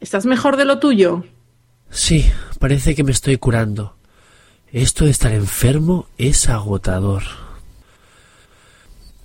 ¿Estás mejor de lo tuyo? Sí, parece que me estoy curando. Esto de estar enfermo es agotador.